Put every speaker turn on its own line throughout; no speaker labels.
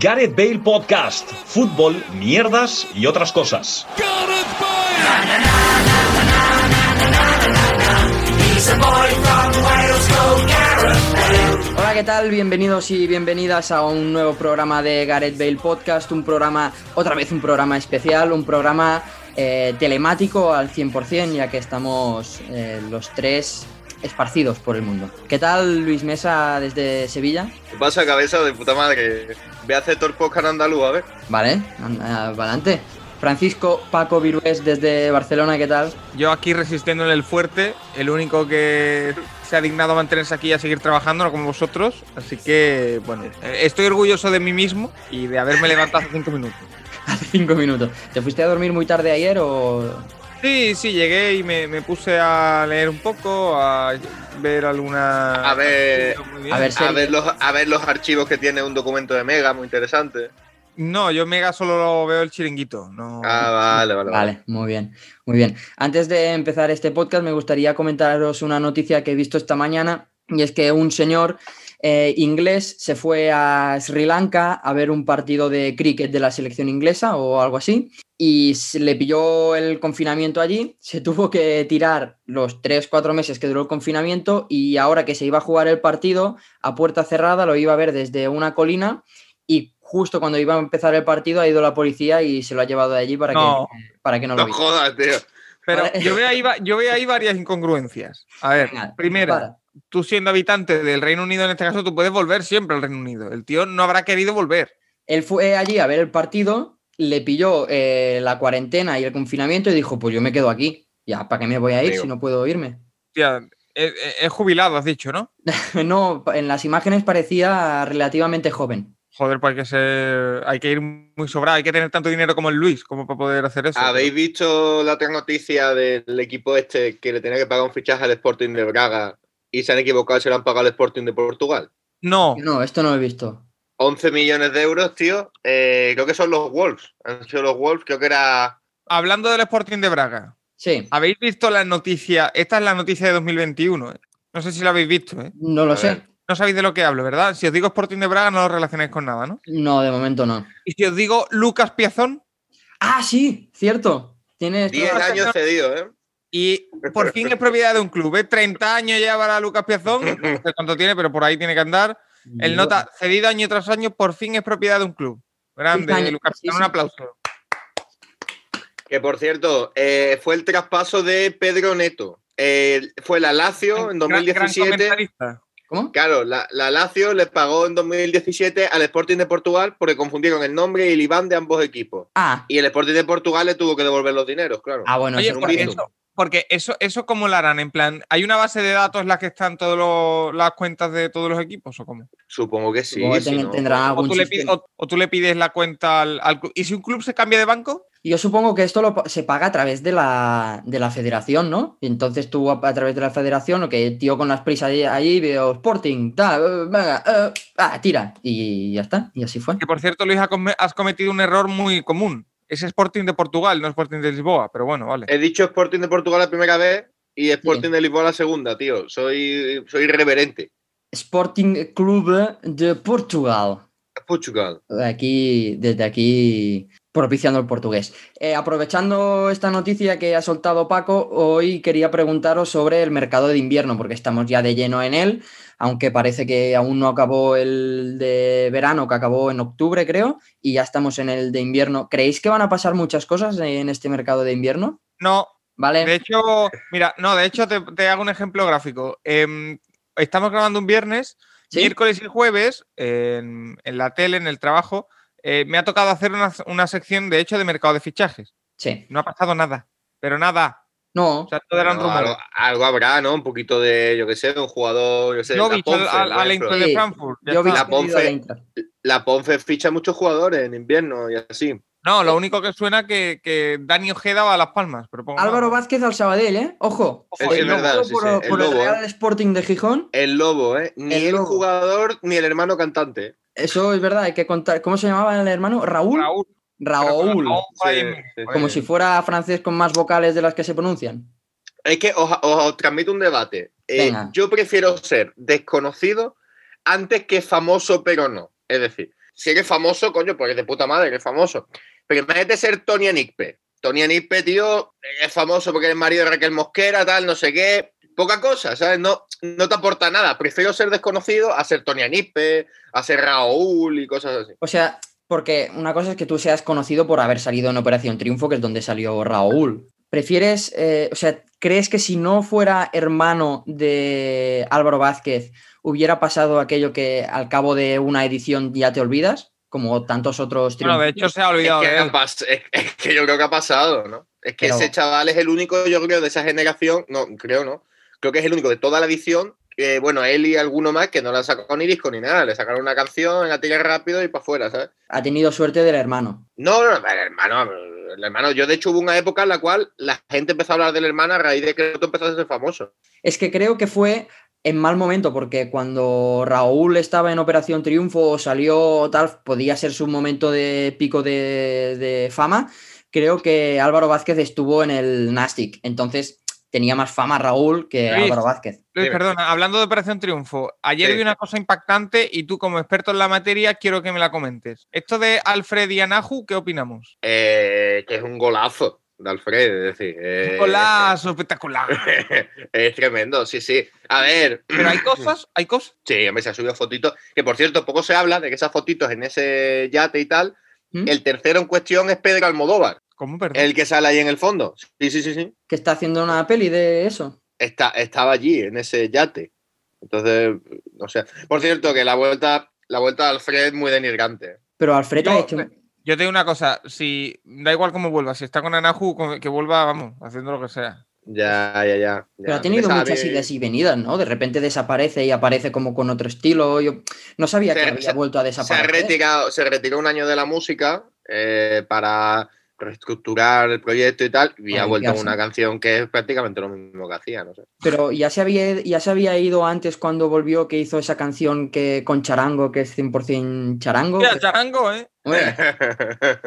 Gareth Bale Podcast, fútbol, mierdas y otras cosas.
Hola, ¿qué tal? Bienvenidos y bienvenidas a un nuevo programa de Gareth Bale Podcast, un programa, otra vez un programa especial, un programa eh, telemático al 100%, ya que estamos eh, los tres esparcidos por el mundo. ¿Qué tal Luis Mesa desde Sevilla?
¿Qué pasa, cabeza de puta madre? Ve a hacer torposcar andaluz, a ver.
Vale, adelante. Francisco Paco Virués desde Barcelona, ¿qué tal?
Yo aquí resistiendo en el fuerte, el único que se ha dignado a mantenerse aquí y a seguir trabajando, no como vosotros. Así que, bueno, estoy orgulloso de mí mismo y de haberme levantado hace cinco minutos.
hace cinco minutos. ¿Te fuiste a dormir muy tarde ayer o...?
Sí, sí, llegué y me, me, puse a leer un poco, a ver alguna...
A ver, a ver, a ver, los, a ver los archivos que tiene un documento de Mega, muy interesante.
No, yo Mega solo veo el chiringuito. No.
Ah, vale, vale,
vale. Vale, muy bien, muy bien. Antes de empezar este podcast, me gustaría comentaros una noticia que he visto esta mañana, y es que un señor eh, inglés se fue a Sri Lanka a ver un partido de cricket de la selección inglesa o algo así, y se le pilló el confinamiento allí, se tuvo que tirar los 3-4 meses que duró el confinamiento y ahora que se iba a jugar el partido a puerta cerrada lo iba a ver desde una colina y justo cuando iba a empezar el partido ha ido la policía y se lo ha llevado de allí para, no, que, para que no,
no
lo viera.
jodas, tío.
Pero ¿Vale? yo, veo ahí, yo veo, ahí, varias incongruencias. A ver, Venga, primera, para. tú siendo habitante del Reino Unido en este caso, tú puedes volver siempre al Reino Unido. El tío no habrá querido volver.
Él fue eh, allí a ver el partido le pilló eh, la cuarentena y el confinamiento y dijo, pues yo me quedo aquí. Ya, ¿para qué me voy a ir Digo. si no puedo irme?
Tía, es, es jubilado, has dicho, ¿no?
no, en las imágenes parecía relativamente joven.
Joder, pues hay que, ser, hay que ir muy sobrado, hay que tener tanto dinero como el Luis como para poder hacer eso.
¿Habéis visto la otra noticia del equipo este que le tenía que pagar un fichaje al Sporting de Braga y se han equivocado y se lo han pagado al Sporting de Portugal?
No.
No, esto no lo he visto.
11 millones de euros, tío. Eh, creo que son los Wolves. Han sido los Wolves, creo que era.
Hablando del Sporting de Braga.
Sí.
¿Habéis visto la noticia? Esta es la noticia de 2021. Eh? No sé si la habéis visto, ¿eh?
No lo sé.
No sabéis de lo que hablo, ¿verdad? Si os digo Sporting de Braga, no lo relacionáis con nada, ¿no?
No, de momento no.
¿Y si os digo Lucas Piazón?
Ah, sí, cierto. Tiene
10 años cedido, ¿eh?
Y por fin es propiedad de un club, ¿eh? 30 años ya para Lucas Piazón. No sé cuánto tiene, pero por ahí tiene que andar. El nota cedido año tras año por fin es propiedad de un club. Grande, sí, Lucas, Este sí, sí. un aplauso.
Que por cierto, eh, fue el traspaso de Pedro Neto. Eh, fue la Lazio en 2017. Gran, gran
¿Cómo?
Claro, la, la Lazio les pagó en 2017 al Sporting de Portugal porque confundieron el nombre y el IBAN de ambos equipos.
Ah.
Y el Sporting de Portugal le tuvo que devolver los dineros, claro.
Ah, bueno,
Oye, por eso, porque eso, eso cómo lo harán, en plan, ¿hay una base de datos en la que están todas las cuentas de todos los equipos o cómo?
Supongo que sí.
Supongo que
sí
no. tendrán
o,
algún
tú pides, o, o, tú le pides la cuenta al, al, club. ¿Y si un club se cambia de banco?
Yo supongo que esto lo, se paga a través de la, de la federación, ¿no? Y entonces tú a, a, través de la federación, o que tío con las prisas allí, allí veo Sporting, tal, venga, uh, ah, tira. Y ya está, y así fue.
Que por cierto, Luis, has cometido un error muy común es Sporting de Portugal, no Sporting de Lisboa, pero bueno, vale.
He dicho Sporting de Portugal la primera vez y Sporting sí. de Lisboa la segunda, tío. Soy, soy irreverente.
Sporting Club de Portugal.
Portugal.
Aquí, desde aquí, propiciando el portugués. Eh, aprovechando esta noticia que ha soltado Paco, hoy quería preguntaros sobre el mercado de invierno, porque estamos ya de lleno en él, aunque parece que aún no acabó el de verano, que acabó en octubre, creo, y ya estamos en el de invierno. ¿Creéis que van a pasar muchas cosas en este mercado de invierno?
No.
Vale.
De hecho, mira, no, de hecho te, te hago un ejemplo gráfico. Eh, estamos grabando un viernes. ¿Sí? miércoles y jueves, eh, en, en, la tele, en el trabajo, eh, me ha tocado hacer una, una, sección, de hecho, de mercado de fichajes.
Sí.
No ha pasado nada, pero nada.
No.
O sea, todo era un rumor.
Algo, algo, habrá, ¿no? Un poquito de, yo qué sé, de un jugador, yo sé,
yo la Ponce, al, al, al de Frankfurt.
Sí, yo vi la, Ponce, la Ponce ficha muchos jugadores en invierno y así.
No, lo único que suena que, que Dani Ojeda va a Las Palmas. Pero
Álvaro Vázquez al Sabadell, ¿eh? Ojo.
Ojo es el verdad, lobo sí,
por,
sí. El
por,
lobo,
el Real
eh.
Sporting de Gijón.
El lobo, ¿eh? Ni el, el lobo. jugador ni el hermano cantante. ¿eh?
Eso es verdad, hay que contar. ¿Cómo se llamaba el hermano? Raúl.
Raúl.
Raúl. Raúl. Sí, Como si fuera francés con más vocales de las que se pronuncian.
Es que os, os, os transmito un debate. Eh, yo prefiero ser desconocido antes que famoso, pero no. Es decir, si eres famoso, coño, pues de puta madre, eres famoso. Pero imagínate ser Tony Anikpe. Tony Anikpe, tío, es famoso porque es marido de Raquel Mosquera, tal, no sé qué. Poca cosa, ¿sabes? No, no te aporta nada. Prefiero ser desconocido a ser Tony Anikpe, a ser Raúl y cosas así.
O sea, porque una cosa es que tú seas conocido por haber salido en Operación Triunfo, que es donde salió Raúl. ¿Prefieres, eh, o sea, crees que si no fuera hermano de Álvaro Vázquez, hubiera pasado aquello que al cabo de una edición ya te olvidas, como tantos otros
Bueno, de hecho se ha olvidado ¿eh?
es que,
de él.
ha pas- es que yo creo que ha pasado, ¿no? Es que
Pero-
ese chaval es el único, yo creo, de esa generación, no, creo no, creo que es el único de toda la edición, que, bueno, él y alguno más que no le han sacado ni disco ni nada, le sacaron una canción, la tiran rápido y para afuera, ¿sabes?
Ha tenido suerte del hermano.
No, no, no, el hermano, el hermano, yo de hecho hubo una época en la cual la gente empezó a hablar del hermano a raíz de que tú empezaste a ser famoso.
Es que creo que fue en mal momento, porque cuando Raúl estaba en Operación Triunfo o salió tal, podía ser su momento de pico de, de fama. Creo que Álvaro Vázquez estuvo en el Nastic, entonces tenía más fama Raúl que
Luis.
Álvaro Vázquez.
Luis,
Dime.
perdona, hablando de Operación Triunfo, ayer
Sí.
vi una cosa impactante y tú como experto en la materia quiero que me la comentes. Esto de Alfred y Anahu, ¿qué opinamos?
Eh, que es un golazo de Alfred, es decir. eh,
Golazo, espectacular.
es tremendo, sí, sí. A ver,
Pero hay cosas, hay cosas.
Sí, hombre, se ha subido fotitos. Que por cierto, poco se habla de que esas fotitos en ese yate y tal.
¿Mm?
El tercero en cuestión es Pedro Almodóvar,
¿Cómo, perdón?
el que sale ahí en el fondo. Sí, sí, sí, sí.
Que está haciendo una peli de eso.
Está, estaba allí, en ese yate. Entonces, no sé. Por cierto, que la vuelta, la vuelta de Alfred es muy denigrante.
Pero Alfred ha
Yo-
hecho-
Yo te digo una cosa, si da igual cómo vuelva, si está con Anahu, con- que vuelva, vamos, haciendo lo que sea.
Ya, ya, ya.
Pero
ya.
ha tenido
Sabe-
muchas idas y venidas, ¿no? De repente desaparece y aparece como con otro estilo. Yo no sabía
Se-
que había
se-
vuelto a
Se ha
desaparecer.
retirado, se retiró un año de la música eh, para reestructurar el proyecto y tal, y
Para
ha vuelto
dedicarse.
una canción que es prácticamente lo mismo que hacía, no sé.
Pero ya se, había, ya se había ido antes cuando volvió que hizo esa canción que con Charango, que es 100% Charango.
Mira,
que-
Charango, ¿eh?
Hombre,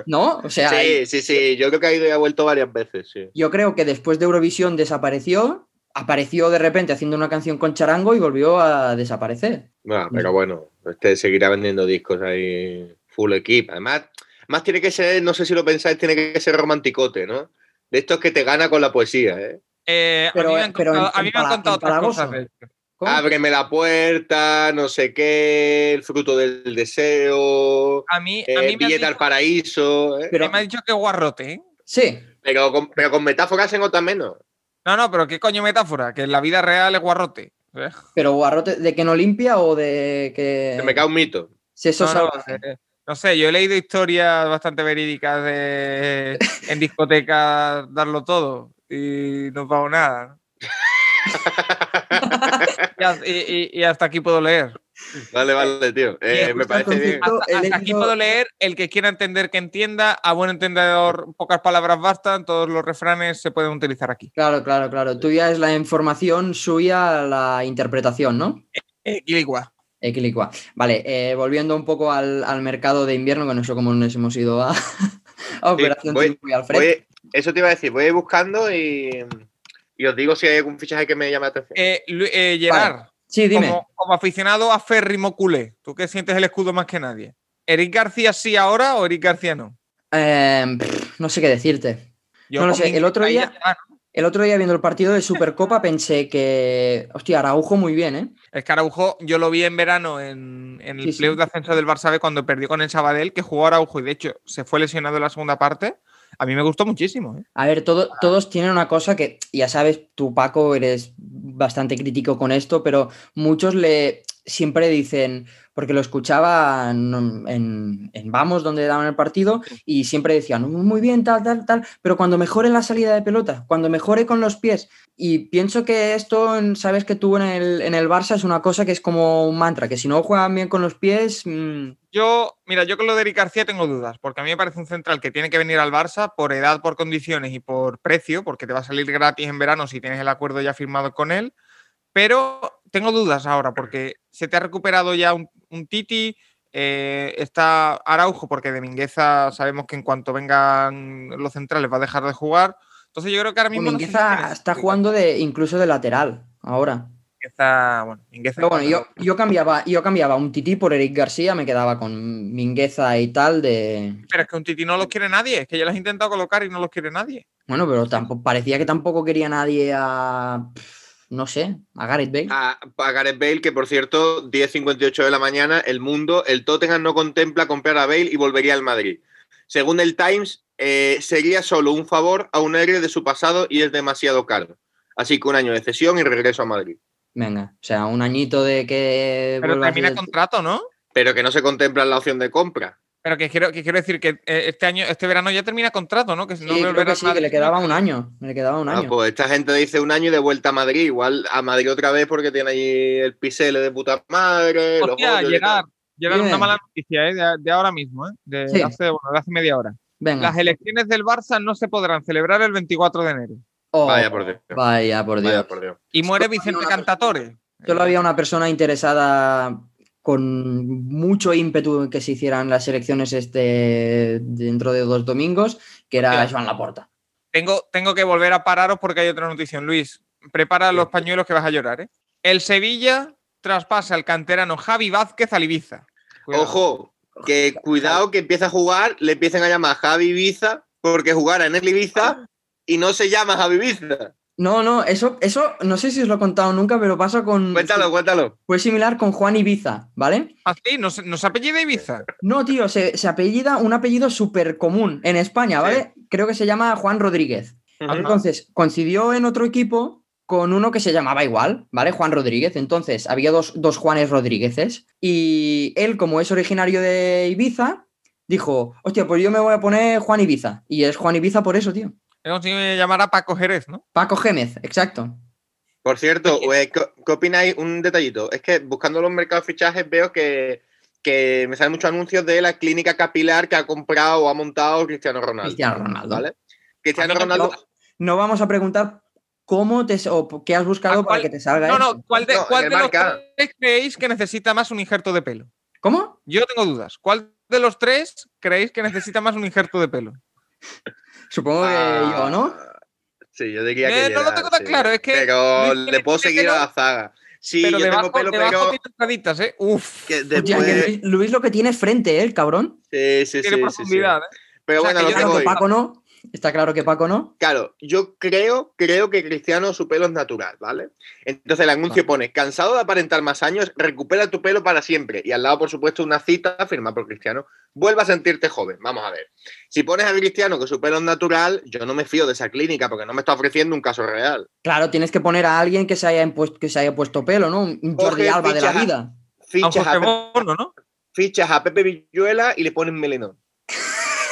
¿No? O sea,
Sí, sí, sí. Yo creo que ha ido y ha vuelto varias veces, sí.
yo creo que después de Eurovisión desapareció, apareció de repente haciendo una canción con Charango y volvió a desaparecer.
Bueno,
Mm.
pero bueno, este seguirá vendiendo discos ahí full equip. Además, más tiene que ser, no sé si lo pensáis, tiene que ser romanticote, ¿no? De estos que te gana con la poesía, ¿eh?
Eh,
Pero
a mí me
en-
han
pero en-
contado, a mí me han
empala-
contado otras
empalagoso.
cosas. de hecho.
¿Cómo?
Ábreme la puerta, no sé qué, el fruto del deseo,
A mí, a
eh,
mí me, han
billete
dicho,
al paraíso, ¿eh?
Pero-
me han dicho que guarrote, ¿eh?
Sí,
Pero, con, pero con metáforas en otra menos.
No, no, pero qué coño metáfora, que en la vida real es guarrote. ¿eh?
pero Guarrote, ¿de que no limpia o de que...?
Se me cae un mito.
Si eso
No, no,
salvaje.
eh, no sé, yo he leído historias bastante verídicas de en discotecas darlo todo y no pago nada. y, ha- y- y- y hasta aquí puedo leer.
Vale, vale, tío. Eh,
justo
me parece
entonces-
bien.
Yo
Hasta,
he
hasta aquí
leído-
puedo leer el que quiera entender que entienda. A buen entendedor, pocas palabras bastan. Todos los refranes se pueden utilizar aquí.
Claro, claro, claro. Tuya es la información, suya la interpretación, ¿no?
Eh, Quiligua.
Equilicua. Vale, eh, volviendo un poco al, al mercado de invierno, que no sé cómo nos hemos ido a, a Operación
voy-
Triunfo y Alfred.
Voy- eso te iba a decir, voy a ir buscando y, y os digo si hay algún fichaje que me llame la atención.
Eh, Lu- eh, Gerard.
sí, dime.
Como, como aficionado a Ferrimo Culé, tú que sientes el escudo más que nadie. ¿Eric García sí ahora o Eric García no?
Eh, pff, no sé qué decirte. No lo
con
sé,
mi-
el otro
ahí
día-
ya está, ¿no?
El otro día viendo el partido de Supercopa pensé que. Hostia, Araujo muy bien, ¿eh?
Es que Araujo yo lo vi en verano en, en el
Sí, sí.
playoff de ascenso del Barça B cuando perdió con el Sabadell, que jugó Araujo y de hecho se fue lesionado en la segunda parte. A mí me gustó muchísimo. ¿eh?
A ver, todo- todos tienen una cosa que, ya sabes, tú, Paco, eres bastante crítico con esto, pero muchos le siempre dicen, porque lo escuchaba en, en- en Vamos, donde daban el partido, y siempre decían, muy bien, tal, tal, tal, pero cuando mejore la salida de pelota, cuando mejore con los pies. Y pienso que esto, en- sabes que tú en el, en el Barça es una cosa que es como un mantra, que si no juegan bien con los pies, mm,
Yo, mira, yo con lo de Eric García tengo dudas, porque a mí me parece un central que tiene que venir al Barça por edad, por condiciones y por precio, porque te va a salir gratis en verano si tienes el acuerdo ya firmado con él. Pero tengo dudas ahora, porque se te ha recuperado ya un, un Titi, eh, está Araujo, porque de Mingueza sabemos que en cuanto vengan los centrales va a dejar de jugar. Entonces yo creo que ahora mismo. no sé si
Mingueza
tienes-
está jugando de, incluso de lateral ahora.
Mingueza, bueno, Mingueza
Pero bueno,
está-
yo, yo cambiaba, yo cambiaba un tití por Eric García, me quedaba con Mingueza y tal de.
Pero es que un tití no los quiere nadie, es que ya los he intentado colocar y no los quiere nadie.
Bueno, pero tampoco, parecía que tampoco quería nadie a. pf, No sé, a Gareth Bale.
A, a Gareth Bale, que por cierto, 10.58 de la mañana, el mundo, el Tottenham no contempla comprar a Bale y volvería al Madrid. Según el Times, eh, sería solo un favor a un héroe de su pasado y es demasiado caro. Así que un año de cesión y regreso a Madrid.
Venga, o sea, un añito de que.
Pero
vuelva a ser
termina
el-
contrato, ¿no?
Pero que no se contempla la opción de compra.
Pero que quiero, que quiero decir que eh, este año, este verano ya termina contrato, ¿no? Que
Sí,
no
creo
volverá
que sí, que
nadie.
le quedaba un año. Le quedaba un
Ah,
año.
pues esta gente dice un año y de vuelta a Madrid. Igual a Madrid otra vez porque tiene ahí el pisele de puta madre. los
Hostia,
hoyos y
Gerard, Gerard,
Dime.
una mala noticia, ¿eh? De, de ahora mismo, ¿eh? De,
Sí. Mm.
hace, bueno, de hace media hora.
Venga.
Las elecciones del Barça no se podrán celebrar el 24 de enero.
Oh,
Vaya por Dios.
Vaya por
tal.
Dios.
Vaya, por Dios.
Y muere
Solo había
Vicente
una
Cantatore.
Solo había una persona interesada con mucho ímpetu en que se hicieran las elecciones este dentro de dos domingos, que era
Mira.
Joan Laporta.
Eh, Tengo, tengo que volver a pararos porque hay otra noticia. Luis, prepara los pañuelos que vas a llorar, ¿eh? El Sevilla traspasa al canterano Javi Vázquez al Ibiza. Cuidado.
Ojo, que cuidado que empieza a jugar, le empiezan a llamar Javi Ibiza, porque jugara en el
Ah.
Ibiza y no se llama Javi Ibiza.
No, no, eso, eso no sé si os lo he contado nunca, pero pasa con.
Cuéntalo, cuéntalo.
Fue similar con Juan Ibiza, ¿vale?
¿Ah, sí? ¿No se- no se apellida Ibiza?
No, tío, se, se apellida un apellido súper común en España, ¿vale? Creo que se llama Juan Rodríguez.
Ajá.
Entonces, coincidió en otro equipo con uno que se llamaba igual, ¿vale? Juan Rodríguez. Entonces, había dos, dos Juanes Rodríguezes. Y él, como es originario de Ibiza, dijo, hostia, pues yo me voy a poner Juan Ibiza. Y es Juan Ibiza por eso, tío.
He conseguido llamar a Paco Jerez, ¿no?
Paco Gémez, exacto.
Por cierto, eh, ¿qué qué opináis? Un detallito. Es que buscando los mercados de fichajes veo que, que me salen muchos anuncios de la clínica capilar que ha comprado o ha montado Cristiano Ronaldo.
Cristiano Ronaldo.
¿Vale? Cristiano
A mí me
Ronaldo.
No vamos a preguntar cómo te o qué has
¿A
buscado para
cuál?
que te salga
No,
eso.
no, ¿cuál de,
No, en
cuál
el
de los
marca.
tres creéis que necesita más un injerto de pelo?
¿Cómo?
Yo tengo dudas. ¿Cuál de los tres creéis que necesita más un injerto de pelo?
Supongo que
Ah,
yo, ¿no?
Sí, yo diría que.
Eh, no lo
Gerard,
tengo tan
sí.
claro, es que
Pero
Luis
le
tiene
puedo
pelo,
seguir a la zaga. Sí,
pero
yo
debajo,
tengo pelo,
debajo
pero.
tiene entraditas, ¿eh? Uf,
Que
Hostia, que
después.
Luis, Luis lo que tiene es frente, ¿eh? El cabrón.
Sí,
tiene
sí, sí, sí, sí.
profundidad, ¿eh?
Pero
O sea,
bueno, a
que yo
lo que
Claro que
voy.
Paco no. Está claro que Paco no.
Claro, yo creo, creo que Cristiano su pelo es natural, ¿vale? Entonces el
Ah.
anuncio pone, cansado de aparentar más años, recupera tu pelo para siempre. Y al lado, por supuesto, una cita firmada por Cristiano. Vuelva a sentirte joven, vamos a ver. Si pones a Cristiano que su pelo es natural, yo no me fío de esa clínica porque no me está ofreciendo un caso real.
Claro, tienes que poner a alguien que se haya, impuesto- que se haya puesto pelo, ¿no? Un un Jordi
Jorge
Alba de la
Picha.
vida.
A un
Fichas
José
a, Pe-
Bono, ¿no?
fichas a Pepe Villuela y le pones melenón.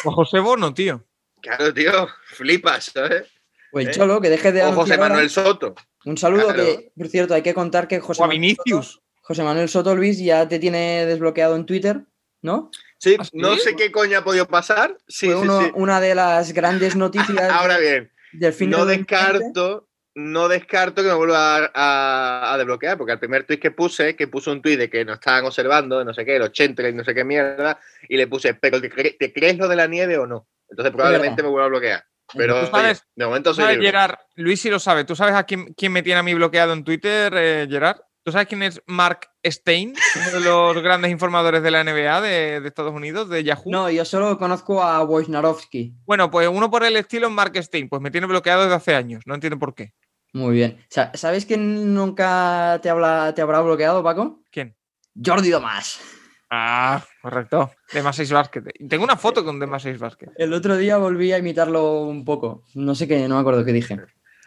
O José Bono, tío.
Claro, tío, flipas, ¿sabes?
O el
¿Eh?
Pues Cholo, que deje de
O José
anunciar ahora.
Manuel Soto.
Un saludo
Claro.
que, por cierto, hay que contar que José
O a
Manuel,
Vinicius.
Soto, José Manuel Soto Luis ya te tiene desbloqueado en Twitter, ¿no?
Sí,
¿Ah, sí?
no sé qué coño ha podido pasar. Sí,
Fue
sí,
uno-
sí.
una de las grandes noticias
Ahora bien.
del fin
no
de
descarto, no descarto que me vuelva a, a- a desbloquear, porque al primer tuit que puse, que puse un tuit de que nos estaban observando, de no sé qué, los chentres, no sé qué mierda, y le puse, pero ¿te, cre- te crees lo de la nieve o no? Entonces probablemente me vuelva a bloquear. Pero
Tú sabes-
oye, de momento soy
¿Sabes,
libre.
Ah, Gerard? Luis sí lo sabe. ¿Tú sabes a quién, quién me tiene a mí bloqueado en Twitter, eh, Gerard? ¿Tú sabes quién es Mark Stein? Uno de los grandes informadores de la NBA de, de Estados Unidos, de Yahoo.
No, yo solo conozco a Wojnarowski.
Bueno, pues uno por el estilo es Mark Stein. Pues me tiene bloqueado desde hace años. No entiendo por qué.
Muy bien. Sa- ¿Sabes quién nunca te, habla, te habrá bloqueado, Paco?
¿Quién?
Jordi Domás.
Ah, correcto. De más 6 Basket. Tengo una foto con Demás 6 Basket.
El otro día volví a imitarlo un poco. No sé qué, no me acuerdo qué dije.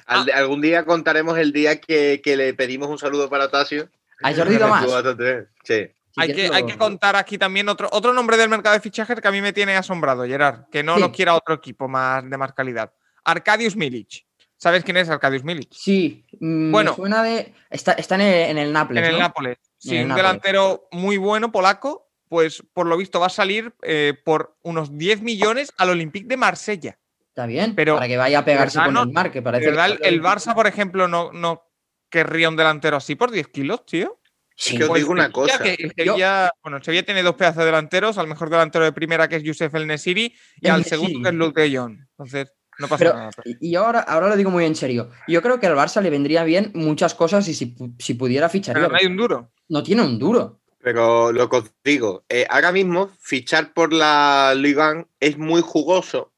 Al- algún día contaremos el día que, que le pedimos un saludo para Tasio.
A Jordi
Estuvo
Domás.
bastante bien. Sí.
Si
Hay que,
quieres
hay
lo-
que contar aquí también otro, otro nombre del mercado de fichajes que a mí me tiene asombrado, Gerard. Que no
Sí.
lo quiera otro equipo más de más calidad. Arcadius Milic. ¿Sabes quién es Arcadius Milic?
Sí, bueno,
Bueno.
suena de. Está, está en, el, en el Naples.
En el
¿no?
Nápoles. Sí,
En el
un
Nápoles.
delantero muy bueno, polaco. Pues por lo visto va a salir eh, por unos 10 millones al Olympique de Marsella.
Está bien,
Pero,
para que vaya a pegarse
¿verdad,
con
no?
el Mar, que
De
parece.
verdad,
que-
el Barça, por ejemplo, no, no querría un delantero así por 10 kilos, tío.
Sí,
Es que os
Pues
digo una
Sevilla,
cosa.
que el Sevilla- bueno, el Sevilla tiene dos pedazos de delanteros, al mejor delantero de primera que es Youssef El Nesiri y
El
al segundo
Nesiri.
que es Luke de Jong. Entonces, No pasa
Pero-
nada. pero-
Y ahora, ahora lo digo muy en serio. Yo creo que al Barça le vendría bien muchas cosas y si, pu- si pudiera ficharía.
Pero no hay un duro.
No tiene un duro.
Pero lo que os digo, eh, ahora mismo fichar por la Liga 1 es muy jugoso,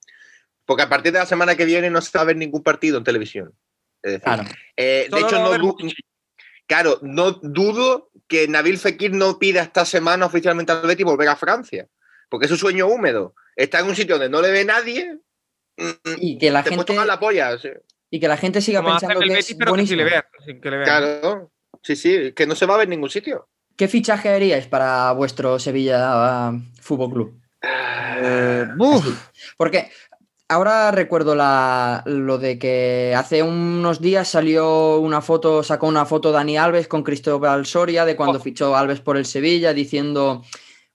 porque a partir de la semana que viene no se va a ver ningún partido en televisión. Es decir,
Claro.
eh, de
Solo
hecho,
va a
no,
haber
du- claro, no dudo que Nabil Fekir no pida esta semana oficialmente al Betis volver a Francia, porque es un sueño húmedo. Está en un sitio donde no le ve nadie, mm,
Y que la
te puedes
gente,
tocar la polla. sí.
y que la gente siga
Como hacer
pensando
el
que
Betis,
es
pero que sí
buenísimo.
le vean. sin que le vean.
Claro, sí, sí, que no se va a ver en ningún sitio.
¿Qué fichaje haríais para vuestro Sevilla ah, Fútbol Club?
Eh, buf,
Porque ahora recuerdo la- lo de que hace unos días salió una foto, sacó una foto Dani Alves con Cristóbal Soria de cuando
Oh.
fichó Alves por el Sevilla diciendo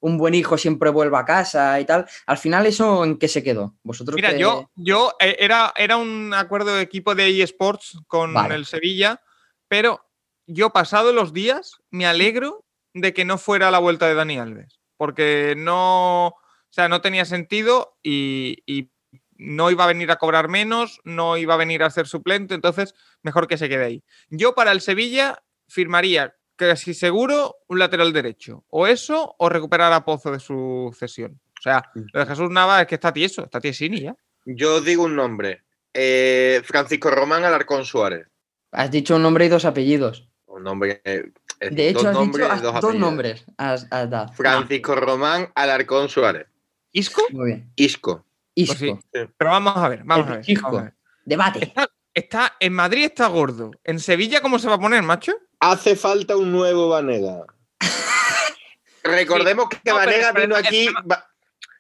un buen hijo siempre vuelve a casa y tal. Al final, ¿eso en qué se quedó? Vosotros
Mira,
que-
yo, yo eh, era, era un acuerdo de equipo de eSports con
Vale.
el Sevilla, pero yo pasado los días me alegro de que no fuera la vuelta de Dani Alves, porque no, o sea, no tenía sentido y, y no iba a venir a cobrar menos, no iba a venir a ser suplente, entonces mejor que se quede ahí. Yo para el Sevilla firmaría casi seguro un lateral derecho, o eso, o recuperar a Pozo de su cesión. O sea, lo de Jesús Nava es que está tieso, está tiesini ya.
Yo os digo un nombre. eh, Francisco Román Alarcón Suárez.
Has dicho un nombre y dos apellidos.
Un nombre. eh, es
De
decir,
hecho, has dicho has- dos,
apellidos.
nombres. Has, has dado.
Francisco Román Alarcón Suárez.
¿Isco?
Muy bien.
Isco.
Isco.
sí. Pero vamos a ver, vamos a ver.
Isco.
vamos a ver.
Debate.
Está, en Madrid está gordo. ¿En Sevilla cómo se va a poner, macho?
Hace falta un nuevo Vanega. Recordemos que
No, pero
Vanega
el problema
vino
es que
aquí.
no-
va-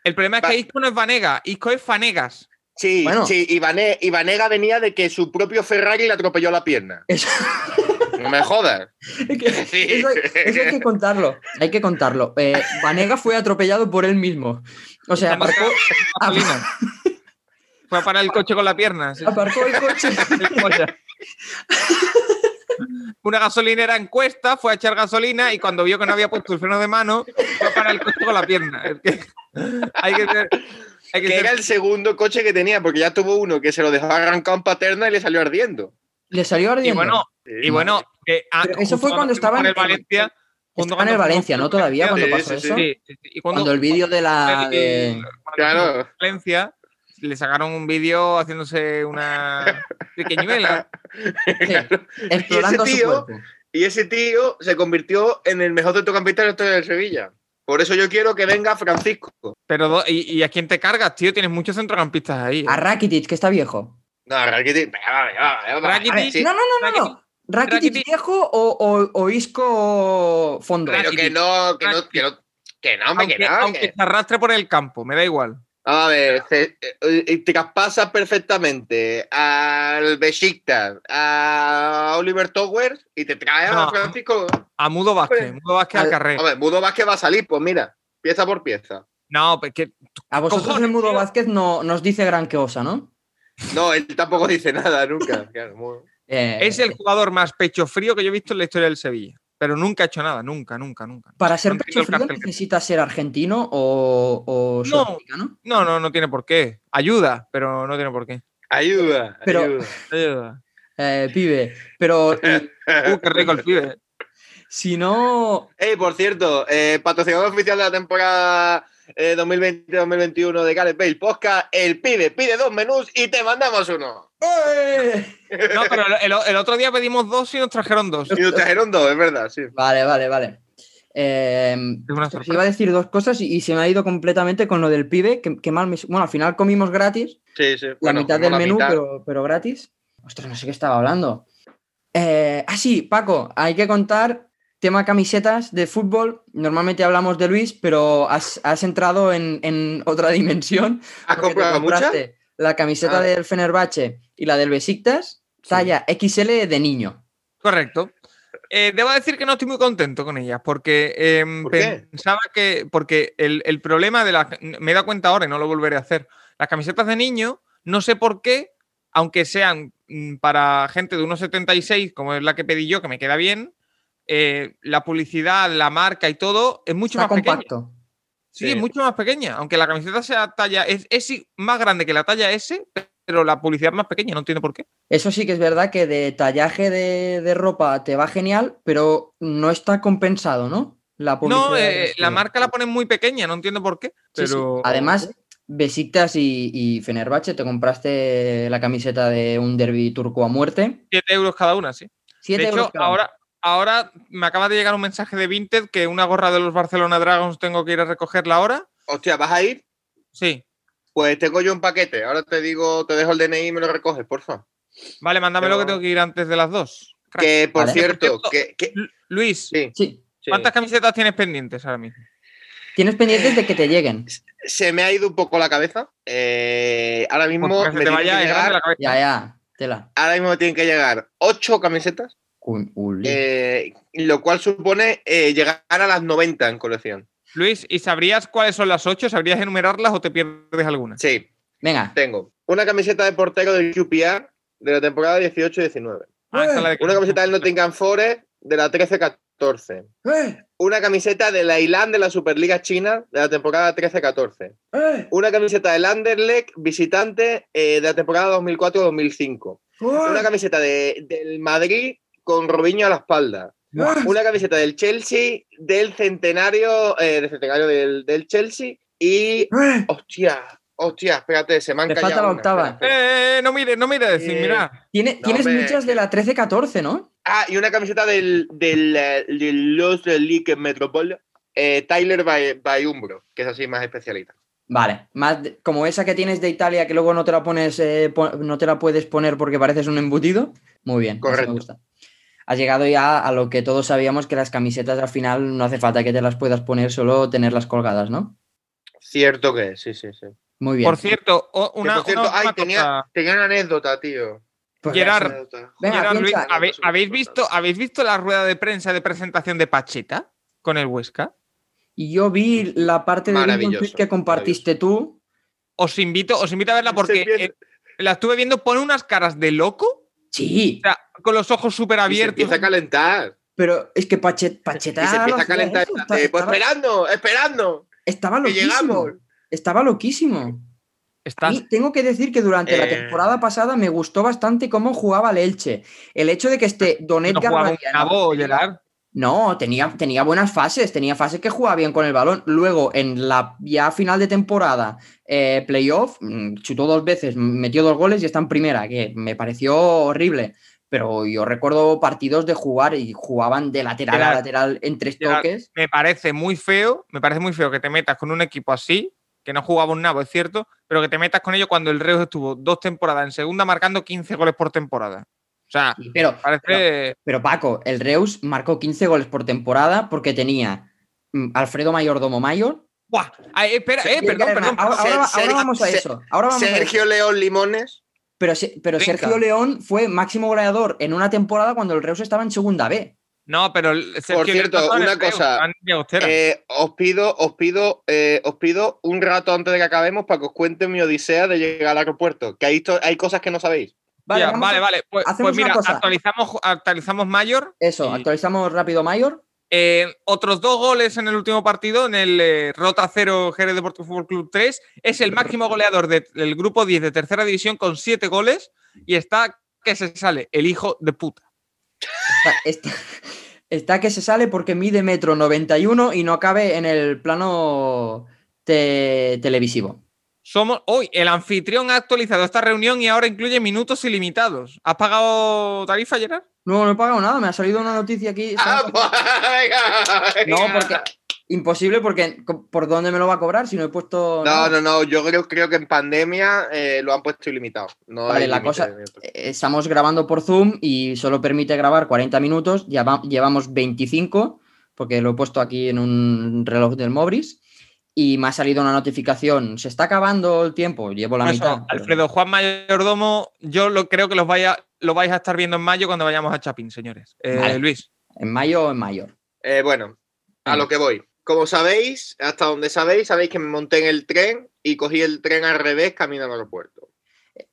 El problema es que
Va-
Isco no es Vanega, Isco es Fanegas.
Sí,
Bueno.
sí, y, Vane- y Vanega venía de que su propio Ferrari le atropelló la pierna.
Eso-
No me jodas. Sí.
Eso, hay- eso hay que contarlo, hay que contarlo. Eh, Vanega fue atropellado por él mismo. O sea,
Cuando
aparcó,
estaba en
pues.
gasolina. Fue a parar el coche con la pierna. sí, sí.
aparcó el coche.
Una gasolinera en cuesta, fue a echar gasolina y cuando vio que no había puesto el freno de mano, fue a parar el coche con la pierna. Es que hay que ser- hay que
Que
ser-
era el segundo coche que tenía, porque ya tuvo uno que se lo dejó arrancado en paterna y le salió ardiendo.
Le salió
Y
ardiendo.
bueno, y bueno que, ah,
Pero eso
justo
fue cuando estaba
fuimos
en-
por el Valencia. junto
Estaba en el
cuando
Valencia,
fuimos
¿no?
por el
Todavía cuando
Valencia.
pasó
sí, sí,
eso.
sí.
Sí, sí, sí. Y
Cuando el vídeo de la... de-
cuando fuimos
Claro.
por Valencia, le sacaron un vídeo haciéndose una pequeñuela.
sí, explorando su
Y ese tío-
cuerpo.
Y ese tío se convirtió en el mejor centrocampista de la historia del Sevilla. Por eso yo quiero que venga Francisco.
Pero, do- ¿y, y a quién te cargas, tío? Tienes muchos centrocampistas ahí. ¿eh?
A Rakitic, que está viejo.
No, Rakitic. venga, venga, venga, venga.
Rakitic,
A ver, sí,
No, no, no, no. no. Rakitic,
Rakitic.
viejo o, o- o Isco fondo.
Pero que no, que no, que no, que no, hombre,
aunque,
que no.
aunque
que-
se arrastre por el campo, me da igual.
A ver, se- eh, eh, te traspasas perfectamente al Besiktas, a Oliver Towers y te traes a
No.
Francisco.
A Mudo Vázquez,
Pues,
Mudo Vázquez al
al-
carrer.
Hombre, Mudo Vázquez va a salir, pues mira, pieza por pieza.
No, pues,
Eh,
porque
A vosotros
cojones,
el Mudo
tío.
Vázquez no nos dice gran cosa, ¿no?
No, él tampoco dice nada nunca. claro, muy-
Eh,
es el jugador más pecho frío que yo he visto en la historia del Sevilla. Pero nunca ha hecho nada, nunca, nunca, nunca.
Para ser
No entiendo
pecho
el
frío
cartel que-
necesitas ser argentino o, o
No.
sudamericano.
No, no, no tiene por qué. Ayuda, pero no tiene por qué.
Ayuda,
Pero-
ayuda.
Ayuda.
Eh, pibe. Pero eh,
Uh, qué rico el pibe.
si no.
Ey, por cierto, eh, patrocinador oficial de la temporada eh, 2020-2021 de Gareth Bale Podcast, el pibe pide dos menús y te mandamos uno.
¡Eh!
No, pero el, el otro día pedimos dos y nos trajeron dos.
Y nos trajeron dos, es verdad, sí.
Vale, vale, vale. Eh,
Es una
os iba a
sorpresa.
decir dos cosas y, y se me ha ido completamente con lo del pibe. Que, que mal me- Bueno, al final comimos gratis.
Sí, sí.
la
Bueno,
mitad
como
del
la
menú,
mitad.
Pero, pero gratis. Ostras, no sé qué estaba hablando. Eh, ah, sí, Paco, hay que contar tema camisetas de fútbol. Normalmente hablamos de Luis, pero has, has entrado en, en otra dimensión. porque
¿Has
te
comprado muchas?
compraste La camiseta
Ah.
del Fenerbahce y la del Besiktas, talla XL de niño.
Correcto. Eh, debo decir que no estoy muy contento con ellas, porque eh,
¿Por qué?
pensaba que. Porque el, el problema de las. Me he dado cuenta ahora y no lo volveré a hacer. Las camisetas de niño, no sé por qué, aunque sean mm, para gente de 1,76, como es la que pedí yo, que me queda bien, eh, la publicidad, la marca y todo es mucho
Está
más pequeña.
compacto.
Sí, es mucho más pequeña. Aunque la camiseta sea talla, es, es más grande que la talla S, pero la publicidad es más pequeña, no entiendo por qué.
Eso sí que es verdad que de tallaje de, de ropa te va genial, pero no está compensado, ¿no? La publicidad
No, eh,
es-
la marca la ponen muy pequeña, no entiendo por qué.
Sí,
Pero...
sí. Además, Besiktas y, y Fenerbahce, te compraste la camiseta de un derby turco a muerte.
7 euros cada una, sí.
Siete
de hecho,
euros cada uno.
ahora, ahora me acaba de llegar un mensaje de Vinted que una gorra de los Barcelona Dragons tengo que ir a recogerla ahora.
Hostia, ¿vas a ir?
Sí.
Pues tengo yo un paquete. Ahora te digo, te dejo el DNI y me lo recoges, por favor.
Vale, mándamelo
Pero-
que tengo que ir antes de las dos. Crack.
Que por
Vale.
cierto,
Por
que, que-
Lu- Luis,
sí,
Sí.
sí.
¿cuántas camisetas tienes pendientes ahora mismo?
Tienes pendientes de que te lleguen.
se me ha ido un poco la cabeza. Eh, ahora mismo
Porque se te
me tienen
vaya
que
es grande
llegar,
la cabeza.
Ya, ya, tela.
ahora mismo me tienen que llegar ocho camisetas,
Ul- ul-
eh, lo cual supone eh, llegar a las 90 en colección.
Luis, ¿y sabrías cuáles son las ocho? ¿Sabrías enumerarlas o te pierdes alguna?
Sí,
Venga,
tengo una camiseta de portero del QPR de la temporada 18-19.
Ah, esta es la de-
Una camiseta del Nottingham Forest de la 13-14. Una camiseta de la Ilan de la Superliga China de la temporada 13-14. Una camiseta del Anderlecht visitante eh, de la temporada 2004-2005. Una camiseta de- del Madrid con Robinho a la espalda. Una camiseta del Chelsea del centenario, eh, del centenario del, del Chelsea. Y. ¡Hostia! ¡Hostia! Espérate, se me han
¡Eh! Te falta
callado
la
una,
octava.
espera, espera.
Eh, eh, no mires, no mires,
Eh,
mirad.
Tiene-
no,
tienes
hombre,
muchas de
que-
la 13-14, ¿no?
Ah, y una camiseta del, del, eh, del Los League Metropol, eh, Tyler Bay- Bayumbro, que es así más especialista.
Vale, más de- como esa que tienes de Italia que luego no te la pones, eh, po- no te la puedes poner porque pareces un embutido. Muy bien, eso
Correcto.
me gusta. Has llegado ya a lo que todos sabíamos que las camisetas al final no hace falta que te las puedas poner, solo tenerlas colgadas, ¿no?
Cierto que es, sí, sí, sí.
Muy bien.
Por cierto, o-
Que,
una,
por cierto,
una
ay,
última
tenía,
cosa.
tenía una anécdota, tío.
Pues
Gerard,
gracias.
Anécdota.
Venga,
Gerard, Luis,
piensa.
¿habe- ¿habéis, visto, ¿habéis visto la rueda de prensa de presentación de Pacheta con el Huesca?
Y yo vi la parte de Billion
Maravilloso,
Tweet que compartiste tú.
Os invito, os invito a verla porque
Se pierde.
eh, la estuve viendo, pone unas caras de loco,
Sí,
o sea, con los ojos súper
Y se
abiertos.
empieza a calentar.
pero es que Pachet, Pacheta
Y se
lo
empieza a
hacía
calentar.
Ah, eso,
en
esta-
plan de, pues
estaba,
esperando, esperando,
estaba
que
loquísimo.
llegamos.
Estaba loquísimo.
Estás-
A mí tengo que decir que durante la
Eh.
temporada pasada me gustó bastante cómo jugaba el Elche. El hecho de que esté Don
no
Edgar
jugaba un
Mariano-
cabo, Gerard.
No, tenía, tenía buenas fases, tenía fases que jugaba bien con el balón. Luego, en la ya final de temporada, eh, playoff, mm, chutó dos veces, metió dos goles y está en primera, que me pareció horrible. Pero yo recuerdo partidos de jugar y jugaban de lateral a
Gerard,
lateral en tres
Gerard,
toques.
Me parece muy feo, me parece muy feo que te metas con un equipo así, que no jugaba un nabo, es cierto, pero que te metas con ellos cuando el Reus estuvo dos temporadas en segunda marcando 15 goles por temporada. O sea,
Pero,
parece...
pero Paco, el Reus marcó 15 goles por temporada porque tenía mm, Alfredo Mayordomo Mayor.
Buah, ay, espera, eh,
Bien,
perdón,
Gerard,
perdón.
ahora,
perdón.
ahora-
Ser-
ahora vamos a
ser-
eso. Ahora vamos a eso.
Sergio León Limones.
Pero, se- pero
Venga.
Sergio León fue máximo goleador en una temporada cuando el Reus estaba en segunda B.
No, pero el- Sergio,
cierto,
no estaba en
una
el Reus,
cosa.
estaba en Diego Estera.
Eh, os pido, os pido, eh, os pido un rato antes de que acabemos para que os cuente mi odisea de llegar al aeropuerto. Que hay, to- hay cosas que no sabéis.
Vale,
Ya,
vamos
vale,
a-
vale. Pues, pues
hacemos una
mira,
cosa.
actualizamos, actualizamos Mayor.
Eso,
Y-
actualizamos rápido Mayor.
Eh, otros dos goles en el último partido, en el eh, Rota 0, Jerez Deportivo Fútbol Club 3. Es el máximo goleador de- del grupo 10 de tercera división con 7 goles y está que se sale, el hijo de puta.
Está, está- está que se sale porque mide metro 91 y no cabe en el plano te- televisivo.
Somos hoy, el anfitrión ha actualizado esta reunión y ahora incluye minutos ilimitados. ¿Has pagado tarifa, Gerard?
No, no he pagado nada, me ha salido una noticia aquí.
Ah,
¿sabes?
pues,
No,
venga.
porque imposible porque co- por dónde me lo va a cobrar si no he puesto
No,
nada?
no, no, yo creo, creo que en pandemia eh, lo han puesto ilimitado. No
Vale,
hay
la
límite
cosa-
de minutos.
Eh, Estamos grabando por Zoom y solo permite grabar 40 minutos, ya va- llevamos 25 porque lo he puesto aquí en un reloj del Mobris y me ha salido una notificación, se está acabando el tiempo, llevo la
Por eso,
mitad. pero-
Alfredo Juan Mayordomo, yo lo, creo que los vaya, lo vais a estar viendo en mayo cuando vayamos a Chapín, señores. Eh,
Vale.
Luis.
En mayo, en mayo.
Eh, bueno, a lo que voy. Como sabéis, hasta donde sabéis, sabéis que me monté en el tren y cogí el tren al revés camino al aeropuerto.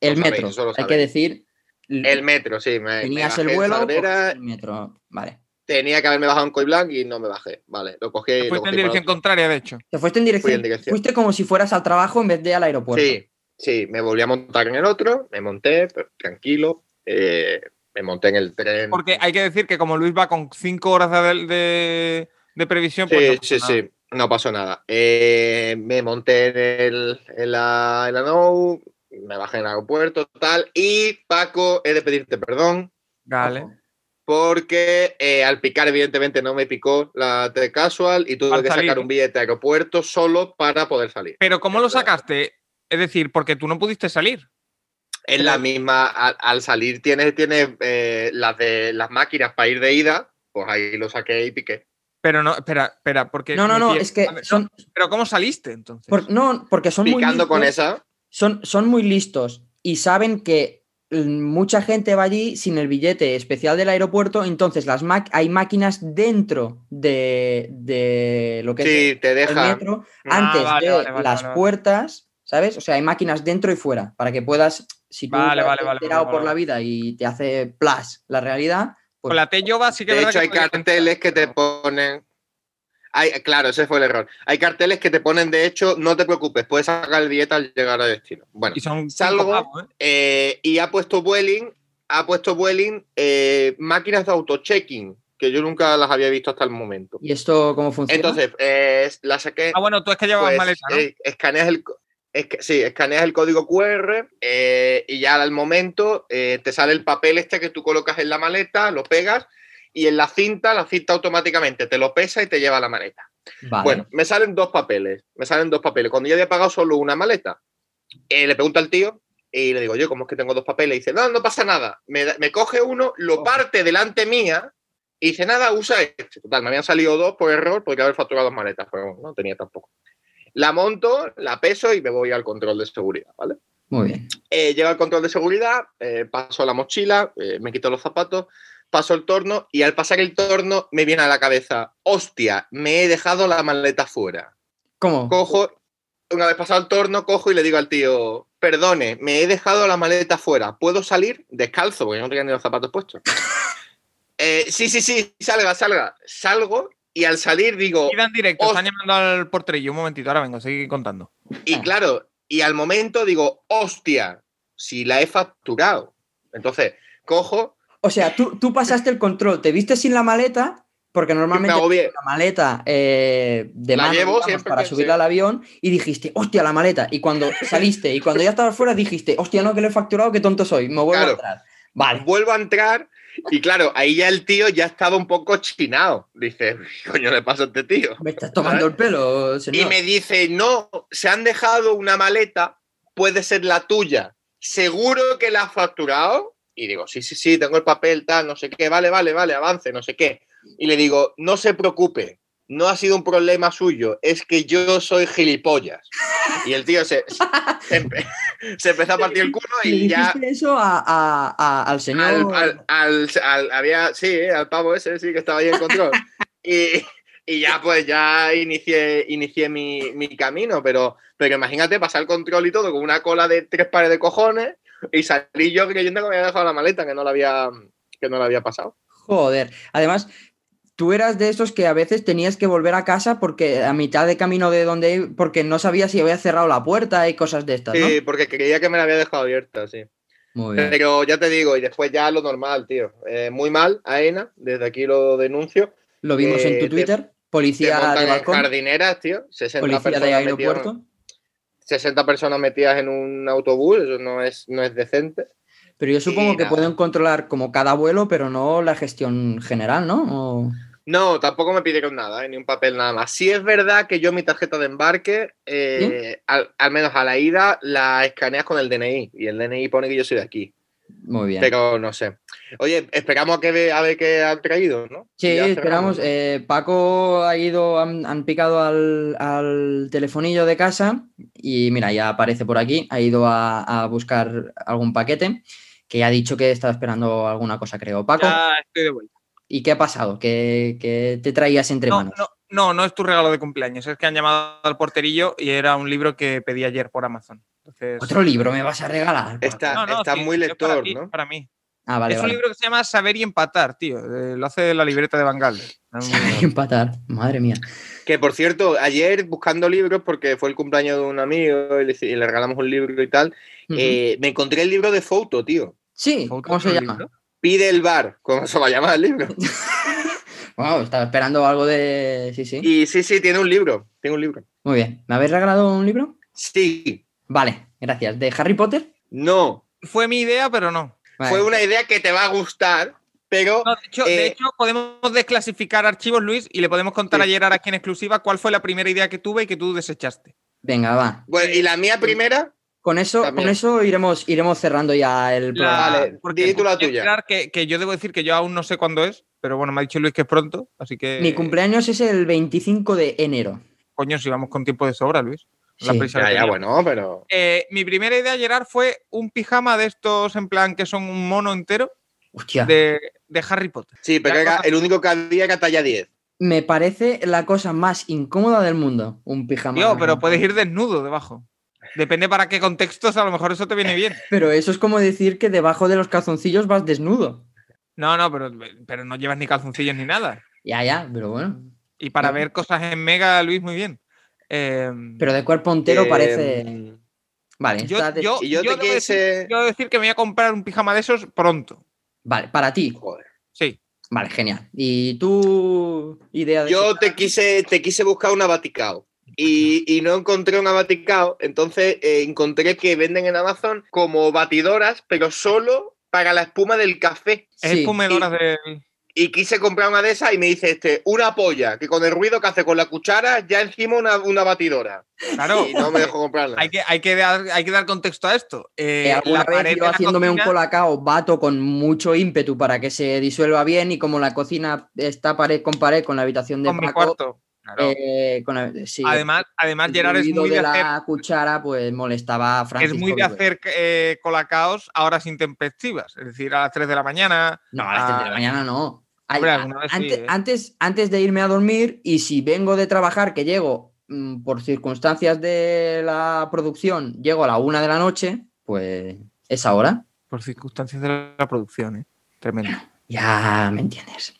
El
Lo sabéis,
metro,
eso lo
hay
sabéis.
que decir.
El metro, sí. Me, me
Tenías
bajé
el
en
vuelo,
Sagrera,
cogiste el metro. Vale.
tenía que haberme bajado en Coiblanc y no me bajé. Vale, lo cogí.
Fuiste
lo cogí
en dirección
para-
contraria, de hecho.
Te fuiste en dirección,
Fui en dirección.
fuiste como si fueras al trabajo en vez de al aeropuerto.
Sí, sí, me volví a montar en el otro, me monté, pues, tranquilo, eh, me monté en el tren.
Porque hay que decir que como Luis va con cinco horas de, de- de previsión, pues.
Sí,
no pasa
sí,
nada.
sí, no pasó nada. Eh, me monté en, el, en la, en la Nou, me bajé en el aeropuerto, tal, y Paco, he de pedirte perdón.
Vale.
Porque eh, al picar, evidentemente, no me picó la T-Casual y tuve
Al
que
salir.
sacar un billete de aeropuerto solo para poder salir.
Pero ¿cómo lo
Claro.
sacaste? Es decir, porque tú no pudiste salir.
Es la misma, al, al salir tienes, tienes eh, las de las máquinas para ir de ida, pues ahí lo saqué y piqué.
Pero no, espera, espera, porque.
No, no,
me
no,
pie-
es que
A ver, no,
son,
Pero ¿cómo saliste entonces?
por- no, porque son muy
Picando con
listos.
esa,
son, son muy listos y saben que mm, mucha gente va allí sin el billete especial del aeropuerto, entonces las ma- hay máquinas dentro de, de lo que es
sí, te
el
deja.
metro,
Ah,
antes
vale,
de
vale, vale,
las
vale.
puertas, ¿sabes? O sea, hay máquinas dentro y fuera, para que puedas, si tú
Vale,
estás
vale, vale,
enterado
vale,
por
vale.
la vida y te hace plas la realidad, pues
Con la T Jova sí que es
De
verdad
hecho,
que
hay
podías entrar,
carteles que te
pero-
ponen. Hay, claro, ese fue el error. Hay carteles que te ponen, de hecho, no te preocupes, puedes sacar el billete al llegar al destino. Bueno,
Y son cinco
salgo-
pavos, ¿eh?
Eh, y ha puesto Vueling, ha puesto Vueling eh, máquinas de auto-checking, que yo nunca las había visto hasta el momento.
¿y esto cómo funciona?
Entonces, eh, la saqué,
Ah, bueno, tú es que llevabas
pues,
maleta, ¿no?
eh, escaneas el... co- Es que, sí, escaneas el código QR eh, y ya al momento eh, te sale el papel este que tú colocas en la maleta, lo pegas y en la cinta, la cinta automáticamente te lo pesa y te lleva a la maleta.
Vale.
Bueno, me salen dos papeles. Me salen dos papeles. Cuando yo había pagado solo una maleta, eh, le pregunto al tío y le digo, yo, ¿cómo es que tengo dos papeles? Y dice, no, no pasa nada. Me, da- me coge uno, lo parte delante mía y dice, nada, usa este. Total, me habían salido dos por error porque haber facturado dos maletas, pero bueno, no tenía tampoco. La monto, la peso y me voy al control de seguridad, ¿vale?
Muy bien.
Eh, llego al control de seguridad, eh, paso la mochila, eh, me quito los zapatos, paso el torno y al pasar el torno me viene a la cabeza, hostia, me he dejado la maleta fuera.
¿Cómo?
Cojo, una vez pasado el torno, cojo y le digo al tío, perdone, me he dejado la maleta fuera, ¿puedo salir descalzo? Porque no tenía ni los zapatos puestos. Eh, sí, sí, sí, salga, salga. Salgo y al salir digo,
Iban directo, están
Hostia.
llamando al portrillo. Un momentito, ahora vengo, seguí contando.
Y claro, y al momento digo, hostia, si la he facturado. Entonces, cojo,
O sea, tú, tú pasaste el control, te viste sin la maleta, porque
me
normalmente
agobié.
la maleta eh, de
La
mano
llevo
digamos,
siempre
para
que-
subirla
sí.
al avión y dijiste, hostia, la maleta. Y cuando saliste y cuando ya estabas fuera dijiste, hostia, no, que lo he facturado, qué tonto soy, me vuelvo
Claro.
a entrar. Vale,
Vuelvo a entrar y claro, ahí ya el tío ya estaba un poco chinado. Dice, "¿Qué coño, le pasa a este tío.
me estás tomando el pelo,
Y
señor.
me dice, no, se han dejado una maleta, puede ser la tuya. ¿Seguro que la has facturado? Y digo, sí, sí, sí, tengo el papel, tal, no sé qué, vale, vale, vale, avance, no sé qué. Y le digo, no se preocupe, no ha sido un problema suyo, es que yo soy gilipollas. Y el tío se, se, empe- se empezó a partir el culo
Y le
y ya
dijiste eso a- a- a- al
al,
señor.
al- al- al- había, sí, eh, al pavo ese, sí, que estaba ahí en control. y, y ya, pues, ya inicié, inicié mi, mi camino, pero, pero imagínate pasar el control y todo con una cola de tres pares de cojones y salí yo creyendo que me había dejado la maleta, que no la había, que no la había pasado.
Joder, además, tú eras de esos que a veces tenías que volver a casa porque a mitad de camino de donde, porque no sabías si había cerrado la puerta y cosas de estas, ¿no?
Sí, porque creía que me la había dejado abierta, sí.
Muy bien.
Pero ya te digo, y después ya lo normal, tío. Eh, muy mal, Aena, desde aquí lo denuncio.
Lo vimos en
eh,
tu
te-
Twitter,
Se
policía
montan
de
en
balcón,
jardineras, tío. 60
policía de
personas metidas-
aeropuerto.
60 personas metidas en un autobús, eso no es, no es decente.
Pero yo supongo
Y
que
nada.
pueden controlar como cada vuelo, pero no la gestión general, ¿no? O-
No, tampoco me pidieron nada, eh, ni un papel nada más. Sí es verdad que yo mi tarjeta de embarque, eh, al, al menos a la ida, la escaneas con el DNI y el DNI pone que yo soy de aquí,
Muy bien.
pero no sé. Oye, esperamos a, que ve- a ver qué han traído, ¿no?
Sí,
Y ya
esperamos.
cerramos.
Eh, Paco ha ido, han, han picado al, al telefonillo de casa y mira, ya aparece por aquí. Ha ido a, a buscar algún paquete que ya ha dicho que estaba esperando alguna cosa, creo. Paco,
Oh.
Ya estoy de vuelta.
¿y qué ha pasado? ¿Qué, qué te traías entre
No,
manos?
no, no, no es tu regalo de cumpleaños. Es que han llamado al porterillo y era un libro que pedí ayer por Amazon. Entonces,
Otro libro me vas a regalar. Paco?
Está-
No, no,
Estás
sí,
muy
yo para
lector,
ti,
¿no?
Para mí.
Ah, vale.
es un
vale.
libro que se llama Saber y Empatar, tío. Eh, lo hace la libreta de Van Mm, Galde.
Saber empatar, madre mía.
Que por cierto, ayer buscando libros, porque fue el cumpleaños de un amigo y le, y le regalamos un libro y tal,
Ujú.
eh, me encontré el libro de Foto, tío.
sí, ¿cómo se llama?
Pide el bar, ¿cómo se va a llamar el libro?
Wow, estaba esperando algo de. Sí, sí.
Y sí, sí, tiene un libro, tiene un libro.
Muy bien. ¿Me habéis regalado un libro?
Sí,
Vale, gracias. ¿De Harry Potter?
no,
Fue mi idea, pero no.
Vale.
fue una idea que te va a gustar, pero
No, de, hecho, de
Eh,
hecho, podemos desclasificar archivos, Luis, y le podemos contar
Sí.
a Gerard aquí en exclusiva cuál fue la primera idea que tuve y que tú desechaste.
Venga, va.
bueno, y la mía primera,
Con eso,
También.
con eso iremos, iremos cerrando ya el programa.
Vale, di tú la
quiero
tuya.
aclarar Que, que yo debo decir que yo aún no sé cuándo es, pero bueno, me ha dicho Luis que es pronto, así que.
Mi cumpleaños es el 25 de enero.
Coño, si vamos con tiempo de sobra, Luis. La
Sí.
prisa que
ya, ya,
tenemos.
bueno, pero
Eh, mi primera idea, Gerard, fue un pijama de estos en plan que son un mono entero
Hostia.
de, de Harry Potter.
sí, pero
Ya
era
cosa-
el único que había era talla 10.
Me parece la cosa más incómoda del mundo. Un pijama.
Tío, pero puedes ir desnudo debajo. Depende para qué contextos, a lo mejor eso te viene bien.
Pero eso es como decir que debajo de los calzoncillos vas desnudo.
No, no, pero, pero no llevas ni calzoncillos ni nada.
Ya, ya, pero bueno.
Y para
No.
ver cosas en Mega, Luis, muy bien. Eh,
Pero de cuerpo entero
Eh,
parece. Vale,
yo,
está de-
yo-
Y yo
yo
te
debo decir,
quise...
yo debo decir que me voy a comprar un pijama de esos pronto.
vale, para ti.
Joder.
Sí.
Vale, genial. ¿Y tu idea de.?
Yo te quise, te quise buscar un abaticao y, y no encontré un abaticao, entonces eh, encontré que venden en Amazon como batidoras, pero solo para la espuma del café.
Es
Sí,
espumedoras de.
Y quise comprar una de esas y me dice este, una polla, que con el ruido que hace con la cuchara, ya encima una, una batidora.
Claro.
Y no me dejó comprarla.
Hay que, hay, que dar, hay que dar contexto a esto. Eh,
Eh, alguna
la pared
vez
de
yo
la
haciéndome un
cocina-
colacao bato con mucho ímpetu para que se disuelva bien y como la cocina está pared con pared con la habitación de
con mi
Paco,
cuarto. Claro.
eh, con la- sí,
además, además
el
Gerard es
ruido
muy de,
de
hacer,
la cuchara pues molestaba a Francisco.
es muy de
Vives.
hacer eh, colacaos a horas intempestivas, es decir, a las 3 de la mañana.
No, a las
Ah.
7 de la mañana no. Ay,
Hombre,
a-
alguna vez sí,
antes,
¿eh?
antes, antes de irme a dormir y si vengo de trabajar, que llego mm, por circunstancias de la producción, llego a la una de la noche, pues es ahora.
Por circunstancias de la producción, ¿eh? Tremendo.
Ya me entiendes.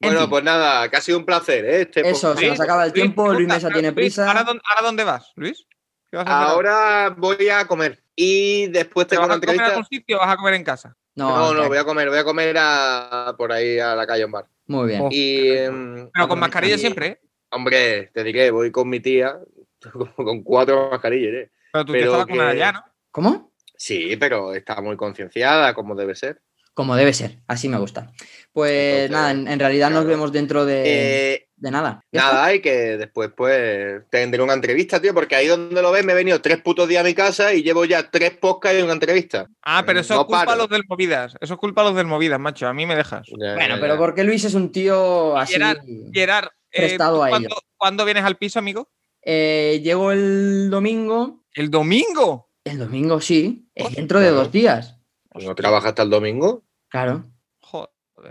En
Bueno,
fin,
pues nada, que ha sido un placer, ¿eh? Este
Eso,
podcast.
se nos acaba el
Luis,
tiempo, Luis
escucha,
Mesa tiene
Luis,
prisa.
¿ahora, dónde, ahora dónde vas, Luis? ¿Qué vas a hacer
Ahora voy a comer. Y después
¿Te
tengo
vas
una
a comer a
entrevista.
algún sitio o vas a comer en casa?
no,
No, no,
ya-
voy a comer, voy a comer a, por ahí a la calle a un bar.
muy bien.
Oh.
Y,
qué rico.
em,
Pero
a
con
comer
mascarilla
también.
siempre, ¿eh?
hombre, te diré, voy con mi tía con- con cuatro mascarillas. ¿eh?
Pero tú
Pero
tienes vacunada
que-
ya, ¿no?
¿Cómo?
Sí, pero está muy concienciada, como debe ser.
Como debe ser, así me gusta. Pues
Entonces,
nada, en, en realidad nos
claro.
vemos dentro de,
Eh,
de nada. ¿Ya está?
Nada, eh, y que después pues tendré una entrevista, tío, porque ahí donde lo ves me he venido tres putos días a mi casa y llevo ya tres podcasts y una entrevista.
Ah,
eh,
pero eso
No
es culpa
paro.
a los del Movidas. Eso es culpa a los del Movidas, macho. A mí me dejas.
Bueno, pero porque Luis es un tío así.
Gerard, Gerard, eh,
Prestado
¿tú
a
cuándo,
ello.
cuándo vienes al piso, amigo?
Eh, llego el domingo.
¿El domingo?
El domingo sí. Es dentro de
claro.
dos días.
¿No trabajas hasta el domingo?
Claro.
Joder,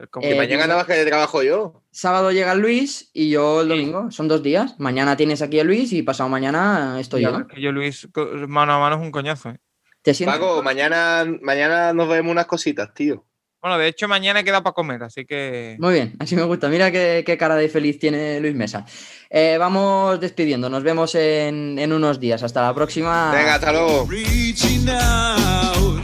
como
Eh,
Que
que-
mañana
dice-
nada más que de trabajo yo.
Sábado llega Luis y yo el domingo. Son dos días. Mañana tienes aquí a Luis y pasado mañana estoy
Ya
yo.
ves que yo, Luis, co- mano a mano es un coñazo. ¿eh?
¿Te sientes?
Paco, mañana, mañana nos vemos unas cositas, tío.
Bueno, de hecho, mañana he quedado para comer, así que.
Muy bien, así me gusta. Mira qué, qué cara de feliz tiene Luis Mesa. Eh, vamos despidiendo. Nos vemos en, en unos días. Hasta la próxima.
Venga, hasta luego.
Reaching out.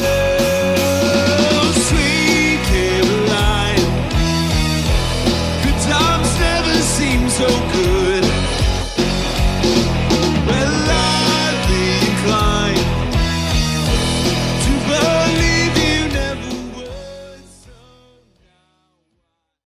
Oh, sweet Caroline. Good times never seem so good.